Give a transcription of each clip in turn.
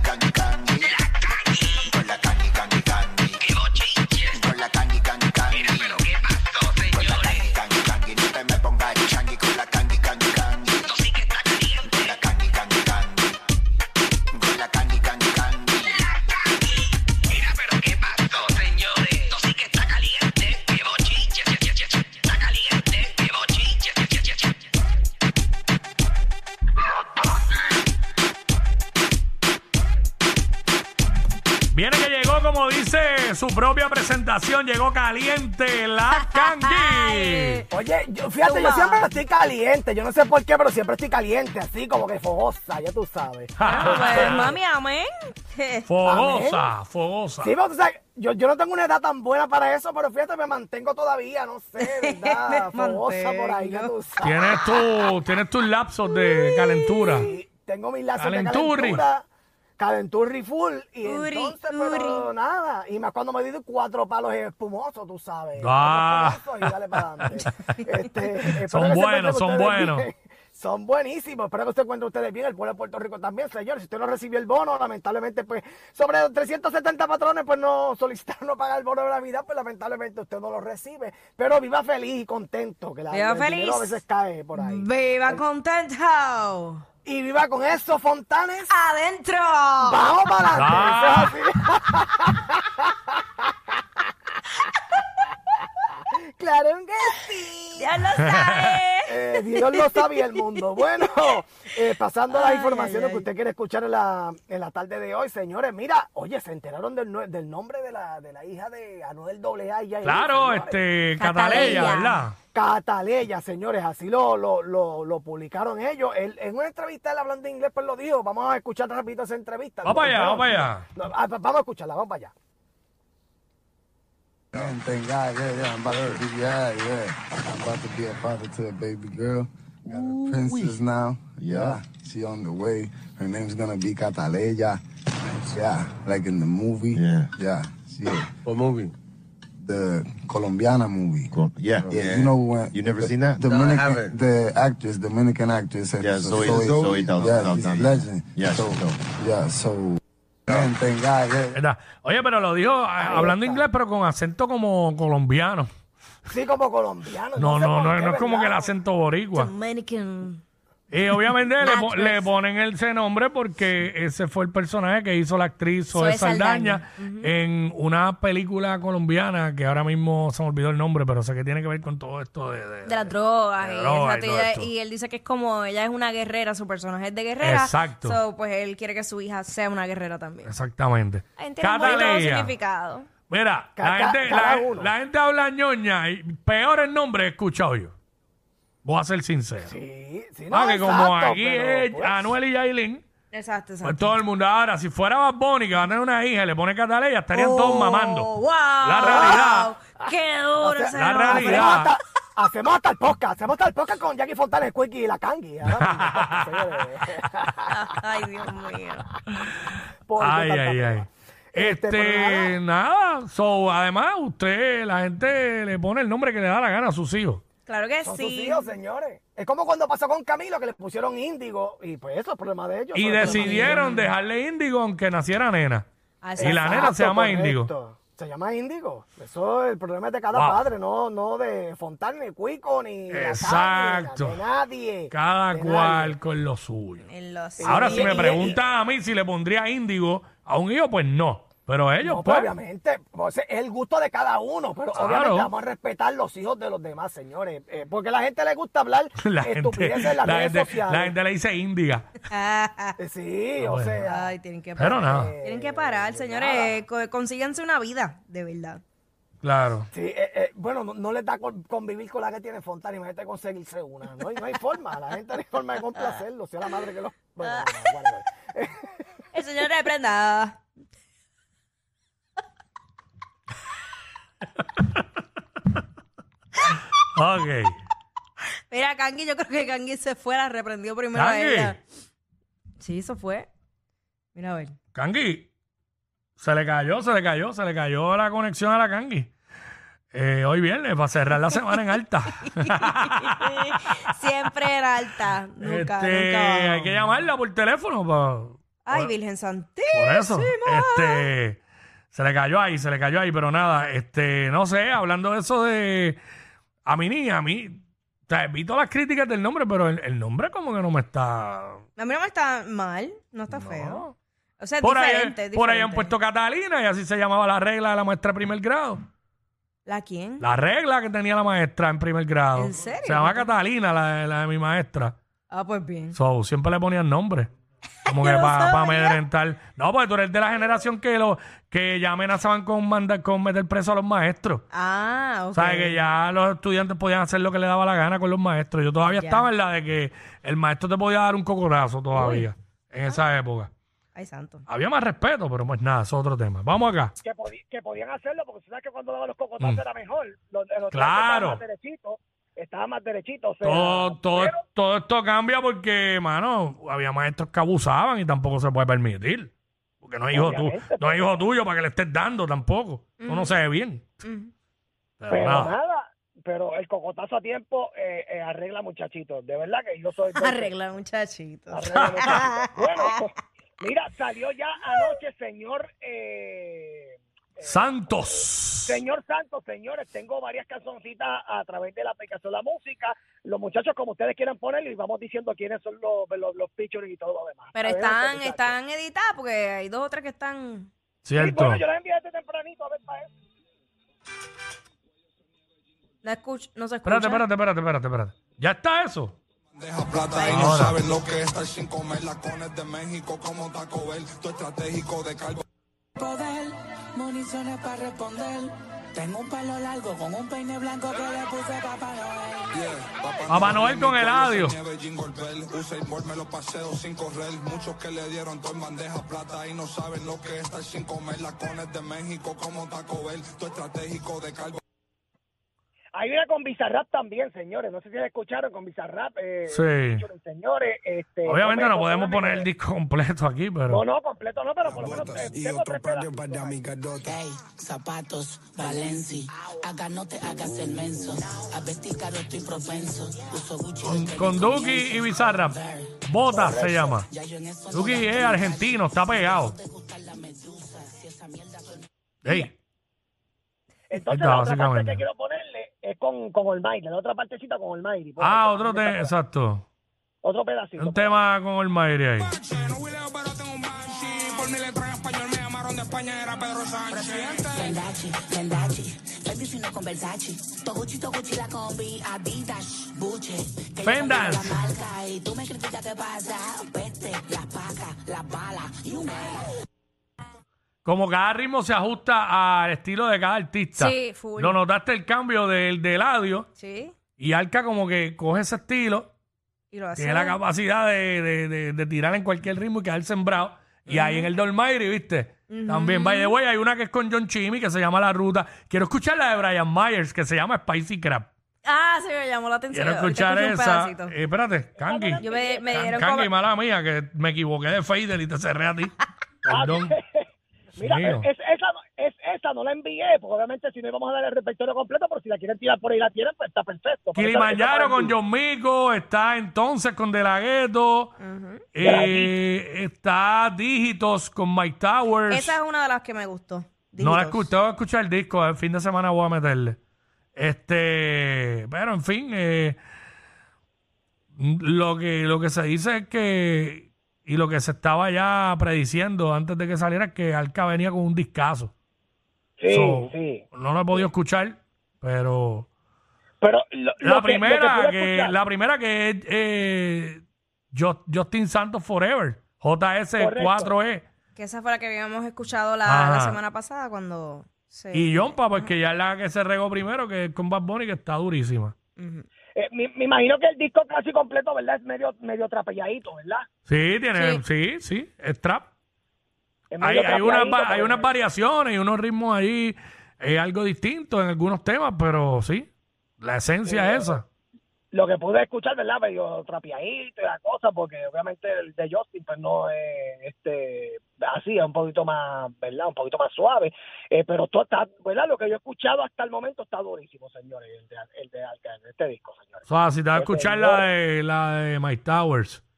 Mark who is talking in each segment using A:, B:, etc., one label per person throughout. A: tangi, tangi. Con la tangi, tangi, tangi. Con la tangi, tangi, tangi. Con la tangi, tangi, tangi, no te me pongas changi, con la tangi, tangi, tangi. Con la tangi, tangi, tangi. Con la tangi, tangi, tangi.
B: Mira, pero qué pasó, señores. Esto sí que está caliente, qué bochinche, che, che, che, che. Está caliente, qué bochinche, che, che, che, che.
C: Viene que llegó, como dice su propia presentación, llegó caliente la Candy.
D: Oye, yo, fíjate, yo siempre estoy caliente. Yo no sé por qué, pero siempre estoy caliente, así como que fogosa, ya tú sabes.
E: Pues, mami, amén.
C: Fogosa, fogosa.
D: Sí, pero tú sabes, yo, yo no tengo una edad tan buena para eso, pero fíjate, me mantengo todavía, no sé, ¿verdad?
E: Me
D: fogosa por ahí, ya tú sabes.
C: Tienes tu, tienes tus lapsos de calentura.
D: Y tengo mis lazos de
C: Calenturri.
D: calentura. Calenturri full. Y
E: Uri,
D: entonces, pero nada. Y más cuando me di cuatro palos espumosos, tú sabes.
C: Ah.
D: Cuatro espumosos Y dale para adelante. Este, espero
C: Son
D: que se
C: buenos,
D: encuentren
C: son
D: ustedes
C: buenos.
D: bien. Son buenísimos. Espero que usted encuentre ustedes bien. El pueblo de Puerto Rico también, señor. Si usted no recibió el bono, lamentablemente, pues, sobre 370 patrones, pues no solicitaron no pagar el bono de Navidad, pues lamentablemente usted no lo recibe. Pero viva feliz y contento. Que la,
E: Viva
D: el dinero
E: feliz.
D: a veces cae por ahí.
E: Viva contento.
D: Y viva con eso, Fontanes.
E: Adentro.
D: Vamos para
C: Ah.
D: adelante. Eso es así. claro que sí.
E: Ya lo sabes.
D: Eh, Dios lo sabe y el mundo. Bueno, eh, pasando a las informaciones que usted quiere escuchar en la, en la tarde de hoy, señores. Mira, oye, se enteraron del, nue- del nombre de la, de la hija de Anuel AA. y Yailin,
C: Claro,
D: señores.
C: este, Cataleya,
E: Cataleya.
C: ¿verdad?
D: Cataleya, señores, así lo, lo, lo, lo publicaron ellos. Él, en una entrevista, él hablando inglés, pues lo dijo. Vamos a escuchar rapidito esa entrevista.
C: Vamos para allá,
D: Pero-
C: vamos para allá.
D: no, ah, va- vamos a escucharla, vamos para allá.
F: And thank God, yeah, yeah, I'm about to be, yeah, yeah. I'm about to be a father to a baby girl. Got a princess now. Yeah, she on the way. Her name's gonna be Cataleya. Yeah, like in the movie.
G: Yeah.
F: yeah. She,
G: What movie?
F: the Colombiana movie.
G: Cool. Yeah.
F: Yeah, you know when
G: You never
F: the-
G: seen that?
F: Dominican,
G: No, I haven't.
F: the actress, Dominican actress.
G: Yeah, Zoe-
F: so
G: Zoe Saldana.
F: Yeah, she's a
G: Saldana.
F: legend.
G: Yeah,
F: so,
G: she's dope.
F: yeah, so. Man, thank God, yeah.
C: ¿Verdad? Oye, pero lo dijo ah, hablando inglés, pero con acento como colombiano.
D: Sí, como colombiano.
C: No,
D: sé
C: no,
D: por
C: no,
D: qué,
C: no es como
D: ¿verdad?
C: que el acento boricua.
E: Dominican.
C: Y obviamente le, po-
E: Actress.
C: le ponen ese nombre porque ese fue el personaje que hizo la actriz Zoe
E: Zoe Saldaña.
C: Saldaña en una película colombiana que ahora mismo se me olvidó el nombre, pero sé que tiene que ver con todo esto de... de-
E: De las drogas.
C: de
E: y,
C: drogas
E: exacto,
C: y todo
E: ella-
C: esto.
E: y él dice que es como, ella es una guerrera, su personaje es de guerrera.
C: Exacto.
E: So, pues él quiere que su hija sea una guerrera también.
C: Exactamente.
E: Entendemos todo el
C: Cataleya.
E: significado.
C: Mira,
D: Ca-
C: la gente,
D: ca- cada
C: la-
D: uno.
C: la gente habla ñoña y peor el nombre he escuchado yo. Voy a ser sincero.
D: Sí, sí, no,
C: Ah, que como
D: exacto,
C: aquí
D: pero,
C: es
D: pues,
C: Anuel y Yailin...
E: Exacto,
C: Pues
E: exacto.
C: todo el mundo ahora, si fuera Bad Bunny que va a tener una hija y le pone Cataleya, estarían todos mamando.
E: Oh, wow.
C: La realidad.
E: Qué duro ese
C: la
E: hombre.
C: realidad.
D: Hacemos hasta, hacemos hasta el podcast, hacemos hasta el podcast con Jackie Fontana, el Quickie y la Kangi. ¿verdad? Señores.
E: Ay, Dios mío.
D: ¿Por qué
C: Ay,
D: tanta
C: ay,
D: pena?
C: ay. Este,
D: pero pues nada.
C: nada. So, además, usted, la gente le pone el nombre que le da la gana a sus hijos.
E: Claro que
D: Son sus
E: sí.
D: hijos, señores. Es como cuando pasó con Camilo, que le pusieron índigo, y pues eso es problema de ellos.
C: Y
D: no es problema mío.
C: decidieron dejarle índigo aunque naciera nena.
E: Así
C: Y la
D: Ah, Exacto,
C: nena se llama
D: correcto.
C: índigo.
D: Se llama índigo. Eso es el problema es de cada
C: Wow.
D: padre, no, no de Fontana, ni Cuico, ni la
C: Exacto.
D: Kangi, de nadie.
C: Cada
D: de
C: cual
D: nadie.
C: con lo suyo.
E: En los
C: Ahora,
D: Y-
C: si me
D: y-
C: preguntan a mí si le pondría índigo a un hijo, pues no. Pero ellos,
D: No, pues,
C: pues.
D: obviamente, pues, es el gusto de cada uno, pero
C: Claro.
D: obviamente vamos a respetar los hijos de los demás, señores. eh, porque a la gente le gusta hablar
C: La gente,
D: estupideces en las
C: la
D: redes
C: gente-
D: sociales.
C: la gente le dice índiga.
D: Eh, Sí, o
C: Bueno.
D: sea,
E: Ay, tienen que
C: Pero
E: parar.
C: nada,
E: Tienen que parar, señores. Co- Consíguense una vida, de verdad.
C: claro.
D: sí, eh, eh, bueno, no, no les da con- convivir con la que tiene Fontana, imagínate conseguirse una. No hay, no hay forma, a la gente no hay forma de complacerlo, sea la madre que lo... Bueno, no, whatever.
E: El señor reprenda.
C: Ok.
E: Mira, Kangi, yo creo que Kangi se fue, la reprendió primero a
C: Kangi.
E: ella. Sí, eso fue. Mira, a ver.
C: Kangi. Se le cayó, se le cayó, se le cayó la conexión a la Kangi. Eh, hoy viernes, para cerrar la semana en alta.
E: Siempre era alta. Nunca,
C: Este,
E: nunca. bajó.
C: Hay que llamarla por teléfono para.
E: Ay, Virgen Santísima.
C: Por eso, este, se le cayó ahí, se le cayó ahí, pero nada, este, no sé, hablando de eso de a mí ni a mí, o sea, vi todas las críticas del nombre, pero el, el nombre como que no me está.
E: A mí no me está mal, no está feo.
C: No.
E: O sea, es
C: Por ahí,
E: diferente, es
C: por ahí han
E: diferente.
C: puesto Catalina y así se llamaba la regla de la maestra de primer grado.
E: ¿La quién?
C: La regla que tenía la maestra en primer grado.
E: ¿En serio?
C: Se llamaba Catalina, la, la de mi maestra.
E: Ah, pues bien.
C: So, siempre le ponían nombre. Como
E: Yo
C: que
E: no
C: para
E: sabía.
C: amedrentar. No, porque tú eres de la generación que lo, que ya amenazaban con mandar, con meter preso a los maestros.
E: Ah, ok.
C: ¿Sabes? Que ya los estudiantes podían hacer lo que le daba la gana con los maestros. Yo todavía
E: Ya.
C: estaba en la de que el maestro te podía dar un cocorazo todavía. En esa época.
E: Ay, santo.
C: Había más respeto, pero pues nada, eso es otro tema. Vamos acá.
D: que, podi- que podían hacerlo, porque tú sabes que cuando daban los cocotazos era mejor. Los, los otros
C: Mm. Claro.
D: Estaban más derechitos. Estaban más derechitos. o sea,
C: Todo, todo, todo esto cambia porque, mano, había maestros que abusaban y tampoco se puede permitir. Porque no es hijo, tu,
D: Obviamente,
C: no es hijo tuyo para que le estés dando tampoco. Tú no se ve bien.
E: Ujú.
C: Pero
D: Pero
C: nada.
D: nada, pero el cocotazo a tiempo eh, eh, arregla muchachitos. De verdad que yo soy...
E: Arregla, muchachito.
D: Arregla muchachitos. bueno, pues, mira, salió ya anoche, señor... Eh,
C: Santos.
D: Señor Santos, señores, tengo varias canzoncitas a través de la aplicación La Música. Los muchachos, como ustedes quieran ponerlo, y vamos diciendo quiénes son los, los, los featuring y todo lo demás.
E: Pero
D: A ver,
E: están,
D: muchachos.
E: están editadas porque hay dos o tres que están.
D: Sí,
C: Cierto.
D: bueno, yo las envié este tempranito, a ver, para eso.
E: No, escuch- no se escucha.
C: espérate, espérate, espérate, espérate, espérate. ¿Ya está eso?
G: Deja plata y no
C: Ahora.
G: sabes lo que es estar sin comer. Lacones de México como Taco Bell. Tu estratégico de cargo.
H: poder, municiones para responder. Tengo un palo largo con un peine blanco que le puse papá Noel.
G: Yeah. Papá,
C: Papá Noel con
G: mi
C: el
G: pueblo
C: audio.
G: se nieve, Jingle Bell. Usa y por me los paseo sin correr. Muchos que le dieron todo en bandeja plata y no saben lo que es estar sin comer. Lacones de México como Taco Bell. Tu estratégico de cargo.
D: Hay una con Bizarrap también, señores. No sé si la escucharon con Bizarrap. Eh,
C: Sí.
D: featuring, Señores, este,
C: Obviamente
D: comen-
C: no podemos
D: comen-
C: poner el disco completo aquí,
D: No,
C: pero.
D: no, completo no, pero por lo menos. eh,
G: Y
D: tengo
G: otro
D: tres pedazos.
G: premio para mi gardota.
H: Ey, zapatos, Valenci. Acá no te hagas el menso. A vestir caro estoy propenso. Uso Gucci. desde
C: Con
H: mi
C: Duki
H: comienzo.
C: y Bizarra. Botas se llama.
H: Ya yo en eso no
C: Duki
H: la
C: es
H: pienso.
C: argentino, está pegado.
H: Te gustan las medusas, si esa mierda con-
C: Ey.
D: Entonces,
C: Está,
D: la otra parte
C: básicamente.
D: que quiero ponerle es con, con Almighty, la otra partecita con Almighty. Por
C: Ah,
D: ejemplo,
C: otro
D: también
C: tema.
D: está-
C: Exacto.
D: Otro pedacito. pues.
C: Un tema con el Mayre ahí.
G: No huileo, pero tengo un banshee. Por mi letra en español me llamaron de España, era Pedro Sánchez.
H: Vendachi, Vendachi. Baby, si no con Versace. Toguchi, Toguchi, la combi. Adidas, Buche. que yo
C: Fendas.
H: cambié la marca Y tú me criticas qué pasa. Vete, las pacas, las balas. Y un...
C: Como cada ritmo se ajusta al estilo de cada artista.
E: Sí, full.
C: Lo notaste el cambio del de Eladio
E: Sí.
C: y Alca como que coge ese estilo,
E: Y lo hace.
C: tiene la capacidad de, de- de- de tirar en cualquier ritmo y quedar sembrado. Y ahí en el Dolmairi, ¿viste? También, by the way, hay una que es con John Chimmy que se llama La Ruta. Quiero escuchar la de Brian Myers que se llama Spicy Crab.
E: Ah, sí, me llamó la atención.
C: Quiero
E: Ahorita
C: escuchar
E: escucho un
C: esa.
E: pedacito.
C: Eh, espérate, Kangi.
E: Yo me, me
C: Kan-
E: dieron
C: Kangi,
E: como-
C: mala mía, que me equivoqué de fader y te cerré a ti. Perdón.
D: Mira,
C: Mío.
D: es, esa, no- es, esa no la envié, porque obviamente si no íbamos a dar el repertorio completo, por si la quieren tirar por ahí la tienen, pues está perfecto. Pero esa-
C: Kilimanjaro
D: esa la
C: con
D: envié.
C: John Mico, está entonces con De La Ghetto, eh, está Dígitos con Mike Towers.
E: Esa es una de las que me gustó.
C: no la
E: Dígitos.
C: escuché, voy a escuchar el disco, el fin de semana voy a meterle. Este, pero en fin, eh, lo, que, lo que se dice es que Y lo que se estaba ya prediciendo antes de que saliera es que Alca venía con un discazo.
D: Sí,
C: So,
D: sí.
C: No lo he podido escuchar, pero
D: Pero lo-
C: la
D: lo que- lo que
C: primera
D: pude
C: que,
D: escuchar-
C: la primera que es eh, Just- Justin Santos Forever, JS4E
E: Que esa fue la que habíamos escuchado la, la
C: Ajá.
E: semana pasada cuando se...
C: y Yompa, pues que ya es la que se regó primero que es con Bad Bunny que está durísima.
E: Ujú.
D: eh, me, me imagino que el disco casi completo, ¿verdad? Es medio, medio trapelladito, ¿verdad?
C: Sí, tiene, sí, sí, es trap.
D: Es
C: Hay,
D: medio
C: hay, unas,
D: trapeadito,
C: va- hay
D: pero-
C: unas variaciones y unos ritmos ahí eh, algo distintos en algunos temas, pero sí, la esencia es esa.
D: Lo que pude escuchar, ¿verdad? Medio trapeadito y la cosa, porque obviamente el de Justin, pues no es este, así, es un poquito más, ¿verdad? Un poquito más suave. Eh, pero todo está, ¿verdad? Lo que yo he escuchado hasta el momento está durísimo, señores, el de, el de Alcántara, este disco, señores.
C: O sea, si te vas a
D: Yo te
C: escuchar
D: digo-
C: la de, la de My Towers,
D: La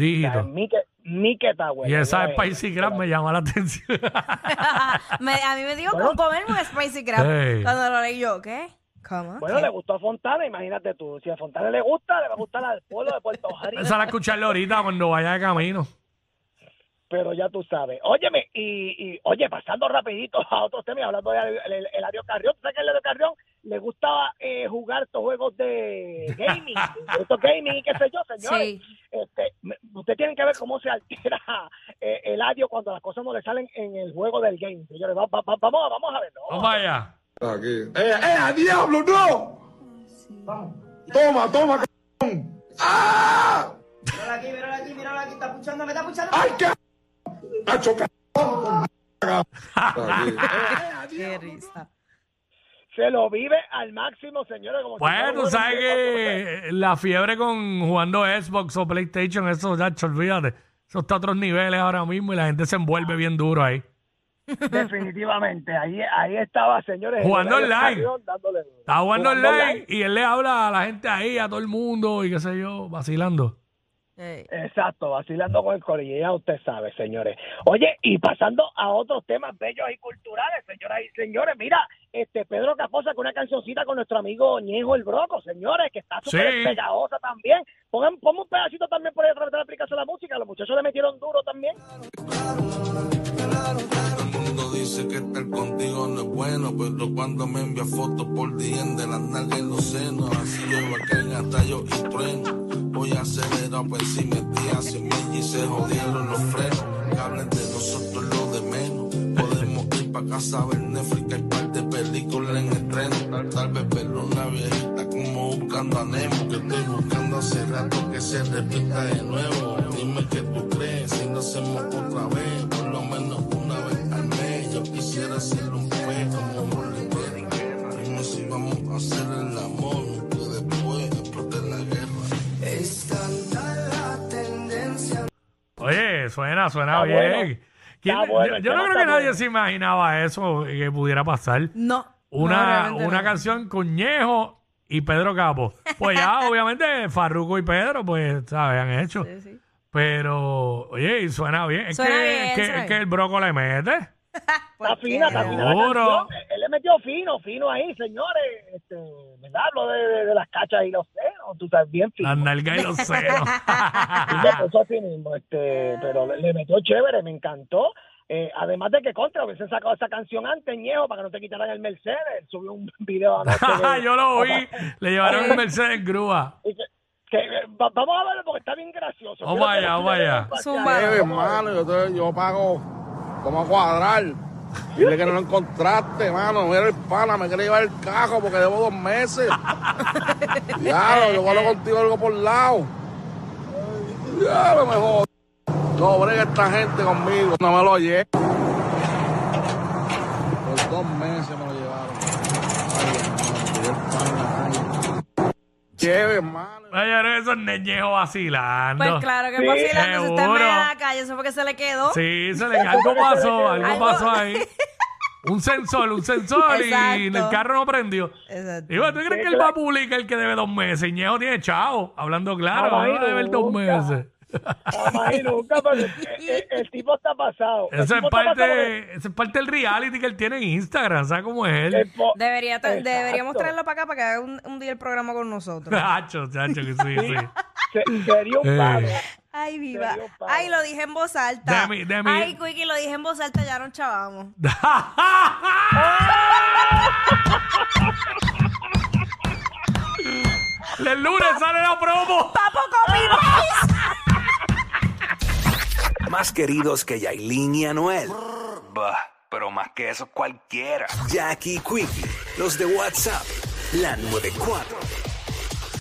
D: de
C: dígito.
D: Mike, Mike Tower,
C: Y esa
D: ¿verdad? Eh,
C: Spicy Crab me llama la atención.
E: Me- a mí me dijo
D: Bueno.
E: con comerme un spicy crab
C: Hey.
E: cuando lo leí yo, ¿qué? ¿Cómo?
D: Bueno, le gustó a Fontana, imagínate tú. Si a Fontana le gusta, le va a gustar al pueblo de Puerto Rico.
C: esa la escucharla ahorita cuando vaya de camino.
D: Pero ya tú sabes. Óyeme, y, y oye, pasando rapidito a otros temas, y hablando de el- el- Eladio Carrión, ¿tú sabes que a Eladio Carrión le gustaba eh, jugar estos juegos de gaming, estos gaming y qué sé yo, señores?
E: Sí.
D: Este, me- ustedes tienen que ver cómo se altera eh, Eladio cuando las cosas no le salen en el juego del game, señores. Va- va- va- vamos, a- vamos a ver, ¿no?
C: Vamos allá.
G: ¡Eh, eh, a diablo, no! Toma, toma, c******. ¡Ah! Míralo aquí, míralo aquí, míralo aquí, está escuchando, me está escuchando. ¡Ay, qué!
E: Qué risa.
D: Se lo vive al máximo, señores. Como si fuera
C: Bueno, Pues, tú
D: uno
C: sabes
D: de-
C: que la fiebre con jugando Xbox o PlayStation, eso ya, ch- olvídate. Eso está a otros niveles ahora mismo y la gente se envuelve bien duro ahí.
D: Definitivamente, ahí, ahí estaba, señores.
C: Jugando
D: Eladio
C: online.
D: Carrión dándole duro.
C: Está jugando
D: Jugando
C: online y él le habla a la gente ahí, a todo el mundo y qué sé yo, vacilando.
E: Hey.
D: Exacto, vacilando con el corillo, ya usted sabe, señores. Oye, y pasando a otros temas bellos y culturales, señoras y señores, mira, este Pedro Caposa con una cancioncita con nuestro amigo Ñejo el Broco, señores, que está súper
C: Sí.
D: pegajosa también. Pongan, pongan un pedacito también por ahí a través de la aplicación de la música, los muchachos le metieron duro también.
G: Todo el mundo dice que estar contigo no es bueno, pero cuando me envía fotos por DM de las nalgas en los senos, así yo va caen hasta yo y trueno. Voy a acelerar, pues si metí a 100 mil y se jodieron los frenos. Que hablen de nosotros lo de menos. Podemos ir para casa a ver Netflix, que hay par de películas en estreno. Tal, tal vez ver una viejita como buscando a Nemo. Que estoy buscando hace rato que se repita de nuevo. Dime qué tú crees, si no hacemos otra vez, por lo menos una vez al mes. Yo quisiera hacerlo un juego como boletero. Dime si vamos a hacer el amor, que después explote la guerra.
C: Oye, suena, suena
D: Está
C: bien.
D: bueno.
C: ¿Quién-
D: Está bueno,
C: yo-
D: el
C: yo no
D: tema
C: creo que
D: está
C: nadie
D: bueno.
C: se imaginaba eso eh, que pudiera pasar.
E: No.
C: Una,
E: no, realmente
C: una
E: no.
C: canción con Ñejo y Pedro Capo. Pues ya, obviamente, Farruko y Pedro, pues, ¿sabes? Han hecho.
E: Sí, sí.
C: Pero, oye, y suena bien. Es,
E: Suena
C: que,
E: bien,
C: es que-
E: suena
C: es que
E: bien.
C: el broco le mete.
E: Pues
D: Está fina, está fina la
C: Duro.
D: canción. Él le metió fino, fino ahí, señores. Este, ¿verdad? Hablo de, de- de las cachas y los senos, tú sabes, bien fino.
C: Las nalgas y los senos.
D: Sí,
C: Ah.
D: me puso así mismo, este, pero le, le metió chévere, me encantó. Eh, además de que contra, hubiesen sacado esa canción antes, Ñejo, para que no te quitaran el Mercedes. Subió un video anoche de-
C: Yo lo oí. Le llevaron el Mercedes en grúa.
D: y que- que, eh, va- vamos a verlo porque está bien gracioso.
C: Vamos
D: Quiero que
C: allá,
D: ustedes
C: vamos allá.
D: vean para
E: Zumba.
D: allá.
I: Debe, mano, yo, te- yo pago como a cuadrar. Dile que no lo encontraste, mano. Mira el pana, me quiere llevar el cajo porque debo dos meses. Claro, yo hablo contigo algo por lado. Ya, lo mejor. No brega esta gente conmigo, no me lo lleve. Por dos meses me lo llevaron. Ay, Dios mío, el pana, ay. Lleve, mano.
C: Oye, pero esos neñejos vacilando.
E: Pues claro que
D: Sí,
E: es posible, se está en medio de
C: seguro.
E: la calle, eso fue que se le quedó.
C: Sí, se le, algo pasó, algo
E: Algo-
C: pasó ahí. Un sensor, un sensor y
E: Exacto.
C: el carro no prendió.
E: Exacto.
C: Digo, ¿tú crees que él va a publicar el que debe dos meses? Y Ñejo tiene chavo, hablando claro,
D: Jamás y
C: va a deber dos
D: nunca.
C: meses.
D: Jamás y nunca, pero el, el- el tipo está pasado. El
C: Eso es
D: tipo está pasado porque-
C: parte, eso es parte del reality que él tiene en Instagram, ¿sabes cómo es él?
D: el eh, po-
E: Debería tra-
D: Exacto.
E: deberíamos traerlo para acá para que haga un, un día el programa con nosotros.
C: Chacho, chacho, que sí, sí.
D: Se- sería un
C: Eh.
D: palo.
E: Ay, viva.
D: Dios, padre.
E: Ay, lo dije en voz alta.
C: De mi- de mi-
E: Ay, Quickie, lo dije en voz alta, ya nos chavamos.
C: El lunes sale la promo.
E: ¡Papo conmigo!
J: Más queridos que Yailin y Anuel.
A: Bah, pero más que eso cualquiera.
J: Jackie Quickie, los de WhatsApp, la 94.